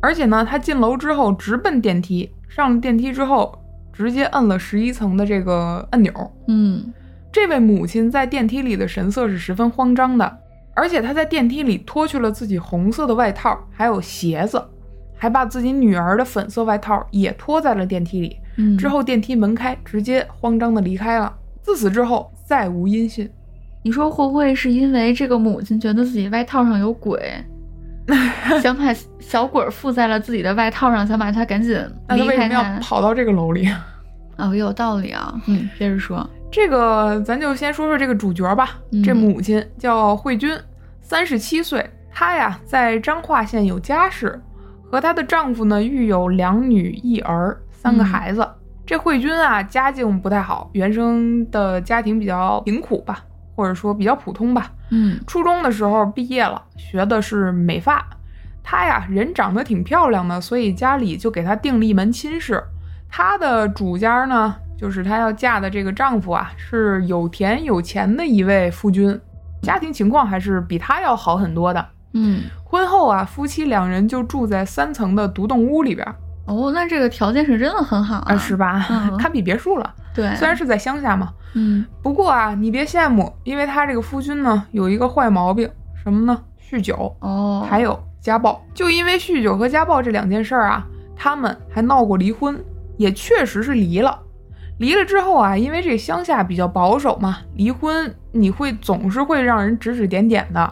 S1: 而且呢，她进楼之后直奔电梯，上了电梯之后，直接摁了十一层的这个按钮，
S2: 嗯，
S1: 这位母亲在电梯里的神色是十分慌张的，而且她在电梯里脱去了自己红色的外套，还有鞋子，还把自己女儿的粉色外套也脱在了电梯里。
S2: 嗯
S1: 之后电梯门开，直接慌张的离开了。自此之后再无音信。
S2: 你说会不会是因为这个母亲觉得自己外套上有 鬼，想把小鬼儿附在了自己的外套上，想把它赶紧
S1: 那她
S2: 离
S1: 为什
S2: 开
S1: 么要
S2: 它？
S1: 跑到这个楼里？
S2: 哦，也有道理啊。嗯，接着说。
S1: 这个咱就先说说这个主角吧。
S2: 嗯
S1: 这母亲叫慧君，三十七岁，她呀在彰化县有家室，和她的丈夫呢育有两女一儿，三个
S2: 嗯
S1: 孩子。这慧君啊家境不太好，原生的家庭比较贫苦吧，或者说比较普通吧。
S2: 嗯
S1: 初中的时候毕业了，学的是美发。她呀，人长得挺漂亮的，所以家里就给她定了一门亲事。她的主家呢，就是她要嫁的这个丈夫啊，是有田有钱的一位夫君，家庭情况还是比她要好很多的。
S2: 嗯
S1: 婚后啊，夫妻两人就住在三层的独栋屋里边儿。
S2: 哦，那这个条件是真的很好啊，
S1: 啊，是吧？
S2: 嗯
S1: 堪比别墅了。
S2: 对，
S1: 虽然是在乡下嘛，
S2: 嗯
S1: 不过啊，你别羡慕，因为他这个夫君呢有一个坏毛病，什么呢？酗酒，
S2: 哦，
S1: 还有家暴。就因为酗酒和家暴这两件事儿啊，他们还闹过离婚，也确实是离了。离了之后啊，因为这乡下比较保守嘛，离婚你会总是会让人指指点点的，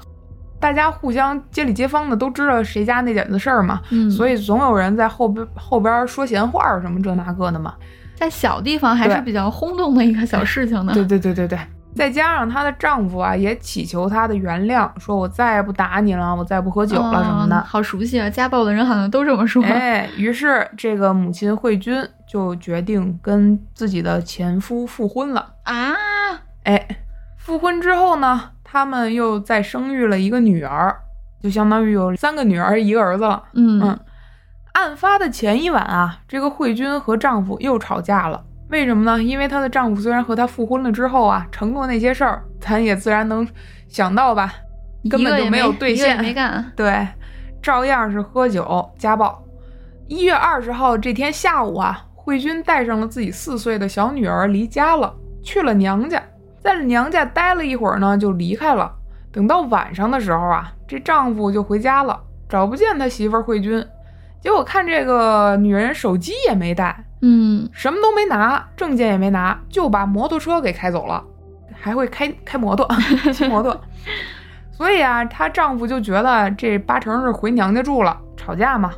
S1: 大家互相街里街坊的都知道谁家那点子事儿嘛，
S2: 嗯，
S1: 所
S2: 以
S1: 以总有人在后边后边说闲话儿什么这那个的嘛。
S2: 在小地方还
S1: 对
S2: 是比较轰动的一个小事情呢。
S1: 对对对对对，再加上她的丈夫啊，也祈求她的原谅，说我再也不打你了，我再也不喝酒了什么
S2: 哦
S1: 的。
S2: 好熟悉啊！家暴的人好像都这么 说。
S1: 哎，于是这个母亲慧君就决定跟自己的前夫复婚了。
S2: 啊，
S1: 哎，复婚之后呢，他们又再生育了一个女儿，就相当于有三个女儿一个儿子了。
S2: 嗯
S1: 嗯，案发的前一晚啊，这个慧君和丈夫又吵架了。为什么呢？因为她的丈夫虽然和她复婚了之后啊，承诺那些事儿，咱也自然能想到吧。根
S2: 一
S1: 本
S2: 个
S1: 就
S2: 也
S1: 没
S2: 没
S1: 有兑
S2: 一个也
S1: 现
S2: 没干。
S1: 对，照样是喝酒家暴。一月二十号这天下午啊，慧君带上了自己四岁的小女儿离家了，去了娘家，在娘家待了一会儿呢，就离开了。等到晚上的时候啊，这丈夫就回家了，找不见他媳妇儿慧君。结果看这个女人手机也没带，
S2: 嗯，
S1: 什么都没拿，证件也没拿，就把摩托车给开走了，还会开开摩托， 骑摩托。所以啊，她丈夫就觉得这八成是回娘家住了，吵架嘛。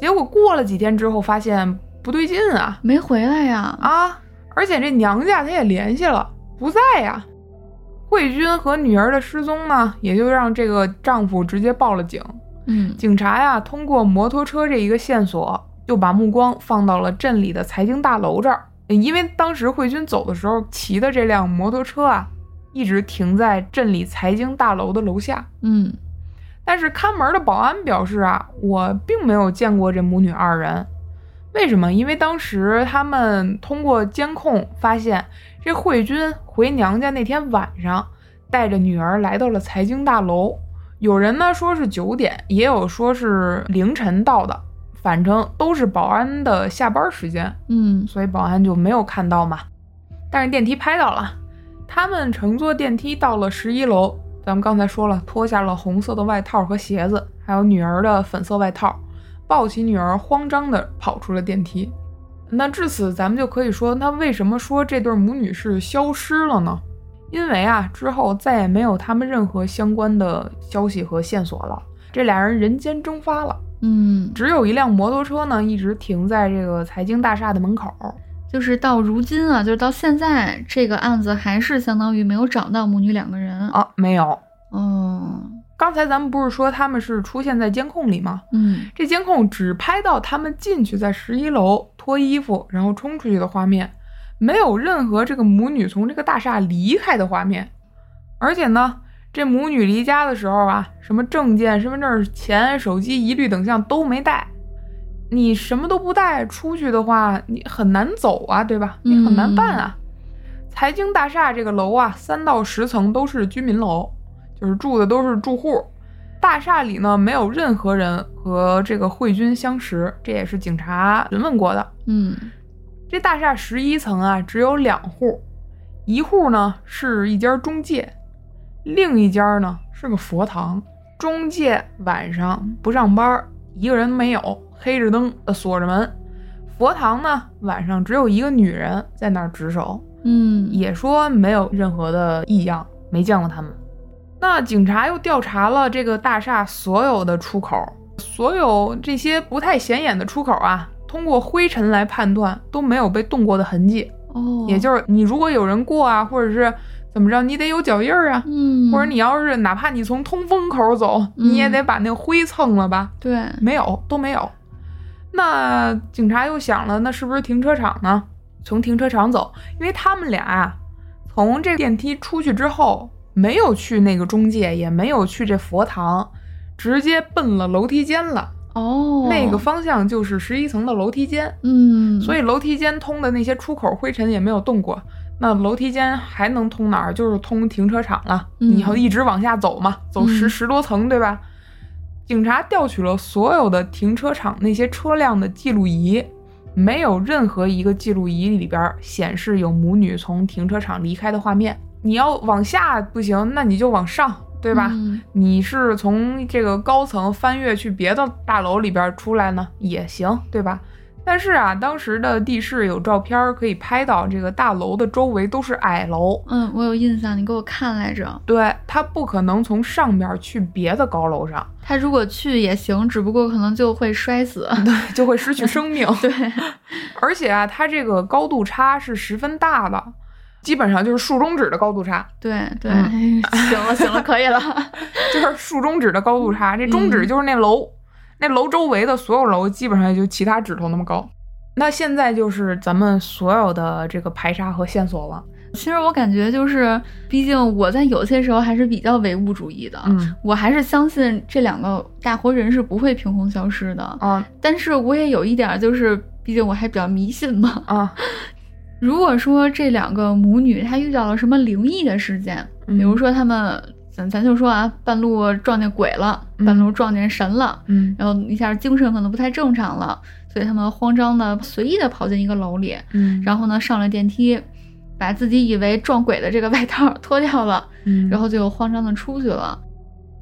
S1: 结果过了几天之后，发现不对劲啊
S2: 没回来呀。
S1: 啊！而且这娘家她也联系了，不在呀、慧君和女儿的失踪呢，也就让这个丈夫直接报了警。
S2: 嗯，
S1: 警察呀，通过摩托车这一个线索，就把目光放到了镇里的财经大楼这儿。呃因为当时慧君走的时候骑的这辆摩托车啊，一直停在镇里财经大楼的楼下。
S2: 嗯，
S1: 但是看门的保安表示啊，我并没有见过这母女二人。为什么？因为当时他们通过监控发现，这慧君回娘家那天晚上，带着女儿来到了财经大楼。有人呢说是九点，也有说是凌晨到的，反正都是保安的下班时间。
S2: 嗯，
S1: 所以保安就没有看到嘛。但是电梯拍到了，他们乘坐电梯到了十一楼。咱们刚才说了，脱下了红色的外套和鞋子，还有女儿的粉色外套，抱起女儿，慌张地跑出了电梯。那至此，咱们就可以说，那为什么说这对母女是消失了呢？因为啊，之后再也没有他们任何相关的消息和线索了，这俩人人间蒸发了。
S2: 嗯，
S1: 只有一辆摩托车呢，一直停在这个财经大厦的门口。
S2: 就是到如今啊，就是到现在，这个案子还是相当于没有找到母女两个人。
S1: 啊，没有。
S2: 哦，
S1: 刚才咱们不是说他们是出现在监控里吗？
S2: 嗯
S1: 这监控只拍到他们进去在十一楼脱衣服，然后冲出去的画面，没有任何这个母女从这个大厦离开的画面。而且呢，这母女离家的时候啊，什么证件、身份证、钱、手机一律等项都没带。你什么都不带出去的话，你很难走啊，对吧？你很难办啊。财经大厦这个楼啊，三到十层都是居民楼，就是住的都是住户。大厦里呢，没有任何人和这个慧君相识，这也是警察询问过的。
S2: 嗯
S1: 这大厦十一层啊，只有两户，一户呢是一家中介，另一家呢是个佛堂。中介晚上不上班，一个人没有，黑着灯，呃，锁着门。佛堂呢晚上只有一个女人在那儿值守，
S2: 嗯，
S1: 也说没有任何的异样，没见过他们。那警察又调查了这个大厦所有的出口，所有这些不太显眼的出口啊，通过灰尘来判断都没有被动过的痕迹。
S2: 哦，
S1: 也就是你如果有人过啊，或者是怎么着，你得有脚印儿啊。
S2: 嗯，
S1: 或者你要是哪怕你从通风口走，你也
S2: 嗯
S1: 得把那个灰蹭了吧？
S2: 对，
S1: 没有，都没有。那警察又想了，那是不是停车场呢？从停车场走，因为他们俩啊，从这电梯出去之后，没有去那个中介，也没有去这佛堂，直接奔了楼梯间了。
S2: 哦，
S1: 那个方向就是十一层的楼梯间，
S2: 嗯，
S1: 所
S2: 以
S1: 以楼梯间通的那些出口灰尘也没有动过。那楼梯间还能通哪儿？就是通停车场了。
S2: 嗯
S1: 你要一直往下走嘛，走十、
S2: 嗯
S1: 十多层，对吧？警察调取了所有的停车场那些车辆的记录仪，没有任何一个记录仪里边显示有母女从停车场离开的画面。你要往下不行，那你就往上，对吧？
S2: 嗯
S1: 你是从这个高层翻越去别的大楼里边出来呢，也行，对吧？但是啊，当时的地势有照片可以拍到，这个大楼的周围都是矮楼，
S2: 嗯，我有印象，你给我看来着。
S1: 对，它不可能从上面去别的高楼上，
S2: 他如果去也行，只不过可能就会摔死。
S1: 就会失去生命。
S2: 对，
S1: 而且啊，它这个高度差是十分大的，基本上就是竖中指的高度差，
S2: 对对，
S1: 嗯
S2: 哎行 了行了，可以了。
S1: 就是竖中指的高度差，这中
S2: 嗯
S1: 指就是那楼，那楼周围的所有楼基本上也就其他指头那么高。那现在就是咱们所有的这个排查和线索了。
S2: 其实我感觉就是，毕竟我在有些时候还是比较唯物主义的，
S1: 嗯
S2: 我还是相信这两个大活人是不会凭空消失的。
S1: 啊
S2: 但是我也有一点儿就是，毕竟我还比较迷信嘛。
S1: 啊，
S2: 如果说这两个母女她遇到了什么灵异的事件，
S1: 嗯
S2: 比如说她们，咱咱就说啊，半路撞见鬼了，
S1: 嗯
S2: 半路撞见神了，
S1: 嗯
S2: 然后一下精神可能不太正常了，所以她们慌张的随意的跑进一个楼里，
S1: 嗯
S2: 然后呢上了电梯，把自己以为撞鬼的这个外套脱掉了，
S1: 然
S2: 然
S1: 后
S2: 后就慌张的出去了。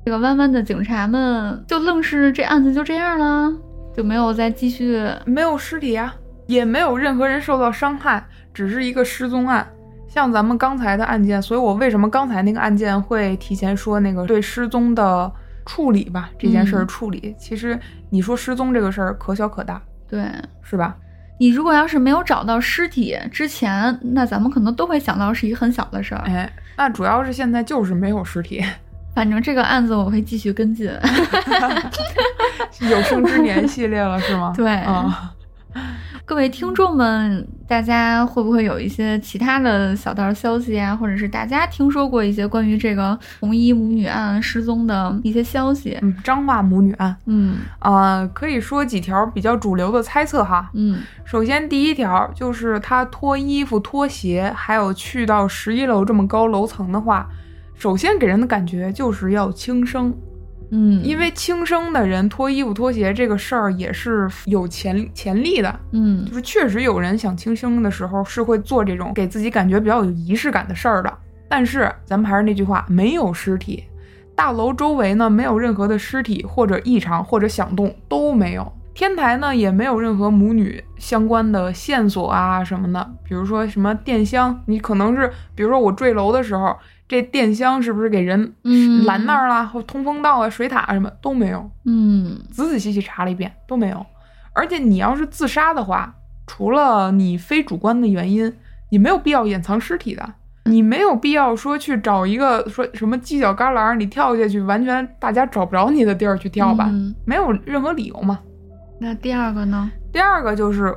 S2: 这个弯弯的警察们就愣是这案子就这样了，就没有再继续。
S1: 没有尸体啊，也没有任何人受到伤害，只是一个失踪案。像咱们刚才的案件，所以我为什么刚才那个案件会提前说那个对失踪的处理吧，这件事儿
S2: 嗯
S1: 处理。其实你说失踪这个事儿可小可大，
S2: 对
S1: 是吧？
S2: 你如果要是没有找到尸体之前，那咱们可能都会想到是一个很小的事儿。
S1: 哎，那主要是现在就是没有尸体，
S2: 反正这个案子我会继续跟进。
S1: 有生之年系列了是吗？
S2: 对
S1: 啊、
S2: 各位听众们，大家会不会有一些其他的小道消息啊，或者是大家听说过一些关于这个红衣母女案失踪的一些消息？
S1: 嗯，张化母女案
S2: 嗯
S1: 啊、可以说几条比较主流的猜测哈。
S2: 嗯
S1: 首先，第一条就是他脱衣服、脱鞋，还有去到十一楼这么高楼层的话，首先给人的感觉就是要轻生，
S2: 嗯，
S1: 因
S2: 为
S1: 为轻生的人脱衣服、脱鞋这个事儿也是有潜潜力的，
S2: 嗯
S1: 就是确实有人想轻生的时候是会做这种给自己感觉比较有仪式感的事儿的。但是咱们还是那句话，没有尸体，大楼周围呢没有任何的尸体或者异常或者响动都没有，天台呢也没有任何母女相关的线索啊什么的，比如说什么电箱，你可能是比如说我坠楼的时候，这电箱是不是给人
S2: 嗯
S1: 拦那儿啦，或通风道啊、水塔啊什么都没有，
S2: 嗯
S1: 仔仔细细查了一遍都没有。而且你要是自杀的话，除了你非主观的原因，你没有必要掩藏尸体的，你没有必要说去找一个说什么犄角旮旯儿你跳下去，完全大家找不着你的地儿去跳吧，
S2: 嗯
S1: 没有任何理由嘛。
S2: 那第二个呢？
S1: 第二个就是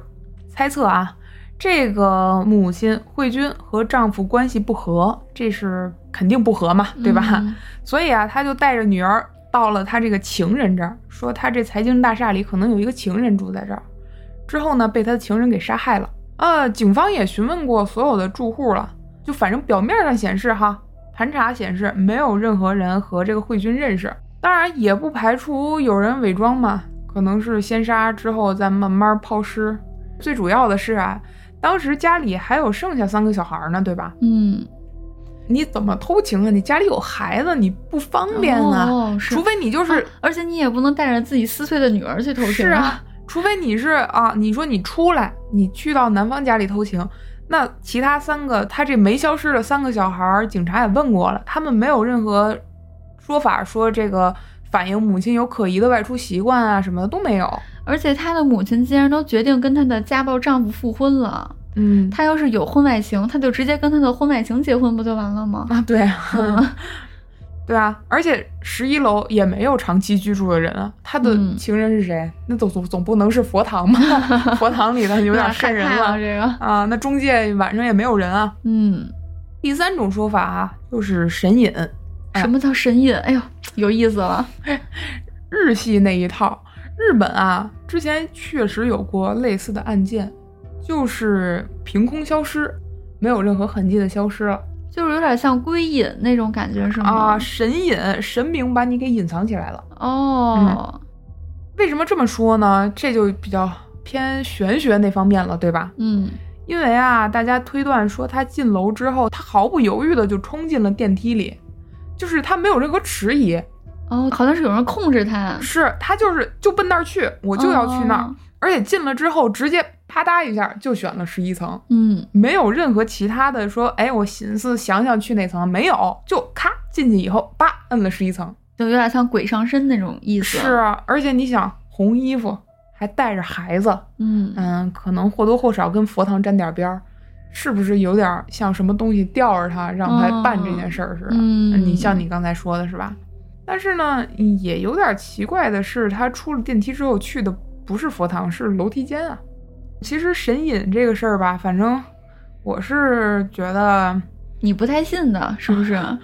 S1: 猜测啊，这个母亲慧君和丈夫关系不和，这是肯定不和嘛，对吧？
S2: 嗯
S1: 所以啊，他就带着女儿到了他这个情人这儿，说他这财经大厦里可能有一个情人住在这儿。之后呢，被他的情人给杀害了。呃，警方也询问过所有的住户了，就反正表面上显示哈，盘查显示没有任何人和这个慧君认识。当然，也不排除有人伪装嘛，可能是先杀之后再慢慢抛尸。最主要的是啊，当时家里还有剩下三个小孩呢，对吧？
S2: 嗯，
S1: 你怎么偷情啊？你家里有孩子，你不 方便啊。
S2: 哦、是
S1: 除非你就是、
S2: 啊而且你也不能带着自己撕碎的女儿去偷情
S1: 是啊，除非你是啊，你说你出来，你去到男方家里偷情，那其他三个他这没消失的三个小孩儿，警察也问过了，他们没有任何说法说这个反映母亲有可疑的外出习惯啊什么的都没有。
S2: 而且她的母亲既然都决定跟她的家暴丈夫复婚了，
S1: 嗯，
S2: 她要是有婚外情，她就直接跟她的婚外情结婚不就完了吗？
S1: 啊对啊，
S2: 嗯
S1: 对啊，而且十一楼也没有长期居住的人啊，他的
S2: 嗯
S1: 情人是谁？那总总总不能是佛堂吧？ 佛堂里的有点瘆人
S2: 害怕
S1: 了
S2: 了，这个，
S1: 啊，那中介晚上也没有人啊。
S2: 嗯，
S1: 第三种说法啊，就是神隐，哎
S2: 什么叫神隐？哎呦，有意思了，
S1: 日系那一套。日本啊，之前确实有过类似的案件，就是凭空消失，没有任何痕迹的消失了。
S2: 就是有点像归隐那种感觉，是吗？
S1: 啊，神隐神明把你给隐藏起来了。
S2: 哦，
S1: 为什么这么说呢？这就比较偏玄学那方面了，对吧？
S2: 嗯
S1: 因为啊，大家推断说他进楼之后，他毫不犹豫的就冲进了电梯里，就是他没有任何迟疑，
S2: 哦，好像是有人控制他，
S1: 是他就是就奔那儿去，我就要去那儿，
S2: 哦
S1: 而且进了之后直接啪嗒一下就选了十一层，
S2: 嗯，
S1: 没有任何其他的说，哎，我寻思想想去哪层，没有，就咔进去以后，叭摁了十一层。
S2: 就有点像鬼上身那种意思。
S1: 是，啊，而且你想红衣服还带着孩子，
S2: 嗯，
S1: 嗯，可能或多或少跟佛堂沾点边儿，是不是有点儿像什么东西吊着他，让他办这件事儿似的？
S2: 嗯
S1: 你像你刚才说的是吧？但是呢，也有点奇怪的是，他出了电梯之后去的不是佛堂，是楼梯间啊。其实神隐这个事儿吧，反正我是觉得
S2: 你不太信的，是不是？
S1: 啊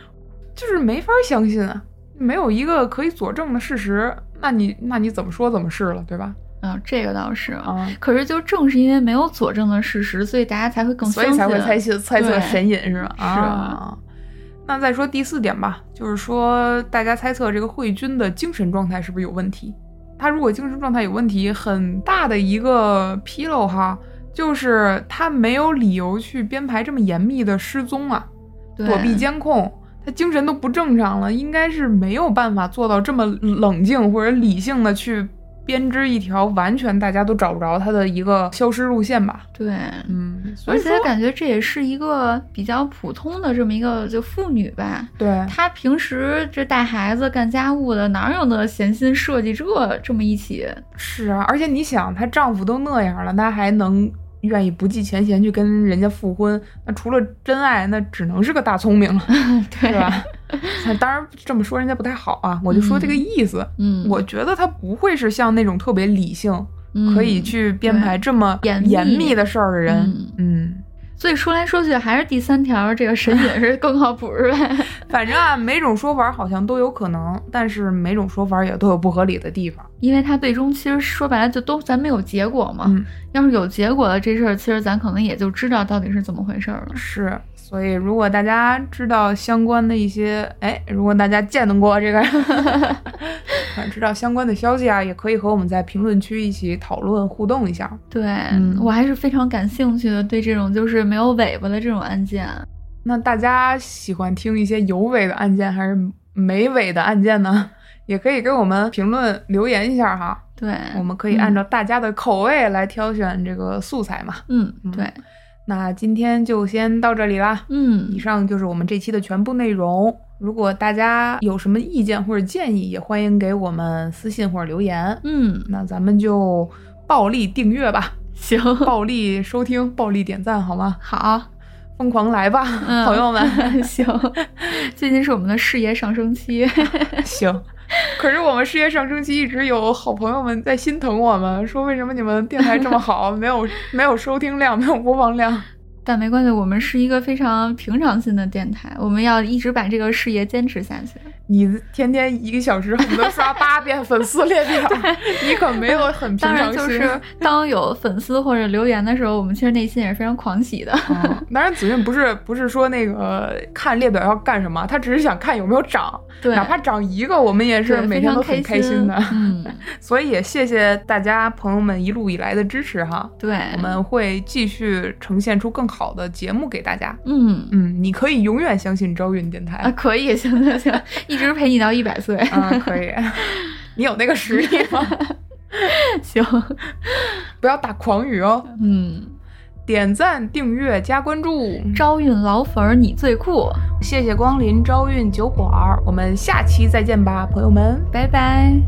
S1: 就是没法相信啊，没有一个可以佐证的事实，那你那你怎么说怎么是了，对吧？
S2: 啊，这个倒是。
S1: 啊、
S2: 可是，就正是因为没有佐证的事实，所以大家才会更
S1: 所
S2: 相
S1: 以
S2: 信，
S1: 才会猜测猜测
S2: 对
S1: 神隐是吧？
S2: 是
S1: 啊。那再说第四点吧，就是说大家猜测这个慧君的精神状态是不是有问题？他如果精神状态有问题，很大的一个纰漏哈，就是他没有理由去编排这么严密的失踪啊，
S2: 对
S1: 躲避监控，他精神都不正常了，应该是没有办法做到这么冷静或者理性的去编织一条完全大家都找不着他的一个消失路线吧。
S2: 对。
S1: 嗯，所
S2: 而
S1: 以说
S2: 且感觉这也是一个比较普通的这么一个就妇女吧，
S1: 对，
S2: 她平时这带孩子干家务的，哪有那闲心设计这这么一起？
S1: 是啊，而且你想，她丈夫都那样了，她还能愿意不计前嫌去跟人家复婚？那除了真爱，那只能是个大聪明了，
S2: 对
S1: 是吧？ 哎当然这么说人家不太好啊，我就说这个意思。
S2: 嗯，
S1: 我觉得她不会是像那种特别理性，
S2: 嗯
S1: 可以。去编排
S2: 对
S1: 这么
S2: 严
S1: 严
S2: 密
S1: 密的事儿的人。嗯，
S2: 所以说来说去还是第三条，这个神隐是更靠谱是吧？
S1: 反正啊，每种说法好像都有可能，但是每种说法也都有不合理的地方。
S2: 因为它最终其实说白了就都咱没有结果嘛。
S1: 嗯
S2: 要是有结果了，这事儿其实咱可能也就知道到底是怎么回事儿了。
S1: 是，所以如果大家知道相关的一些，哎，如果大家见得过这个， 知道相关的消息啊，也可以和我们在评论区一起讨论互动一下。
S2: 对、
S1: 嗯
S2: 我还是非常感兴趣的，对这种就是没有尾巴的这种案件。
S1: 那大家喜欢听一些有尾的案件还是没尾的案件呢？也可以给我们评论留言一下哈，
S2: 对，
S1: 我们可以按照大家的口味来挑选这个素材嘛。
S2: 嗯
S1: 嗯
S2: 对，
S1: 那今天就先到这里啦。以
S2: 嗯
S1: 上就是我们这期的全部内容。如果大家有什么意见或者建议，也欢迎给我们私信或者留言。
S2: 嗯，
S1: 那咱们就暴力订阅 吧，
S2: 行，
S1: 暴力收听，暴力点赞，好吗？
S2: 好，
S1: 疯狂来吧，
S2: 嗯
S1: 朋友 们！
S2: 行。最近是我们的事业上升期，
S1: 行。可是我们事业上升期一直有好朋友们在心疼我们，说为什么你们电台这么好，没有没有收听量，没有播放量。
S2: 但没关系，我们是一个非常平常心的电台，我们要一直把这个事业坚持下去。
S1: 你天天一个小时恨不得刷八遍粉丝列 表，你可没有很平
S2: 当然，
S1: 常心。
S2: 就是当有粉丝或者留言的时候，我们其实内心也是非常狂 喜的。
S1: 嗯，当然，子韵不是不是说那个看列表要干什么，她只是想看有没有涨，
S2: 对，
S1: 哪怕涨一个，我们也是
S2: 对
S1: 每
S2: 非
S1: 天
S2: 常
S1: 都很开心
S2: 心
S1: 的。
S2: 嗯，
S1: 所以也谢谢大家朋友们一路以来的支持哈，
S2: 对，
S1: 我们会继续呈现出更好的节目给大家。
S2: 嗯
S1: 嗯，你可以永远相信朝韵电
S2: 啊，
S1: 台，
S2: 可以，行行行，一直陪你到一百岁，
S1: 嗯，可以，你有那个实力吗？
S2: 行，
S1: 不要打诳语哦，
S2: 嗯，
S1: 点赞、订阅、加关注，
S2: 招运老粉儿你最酷，
S1: 谢谢光临朝韵酒馆儿，我们下期再见吧，朋友们。
S2: 拜拜。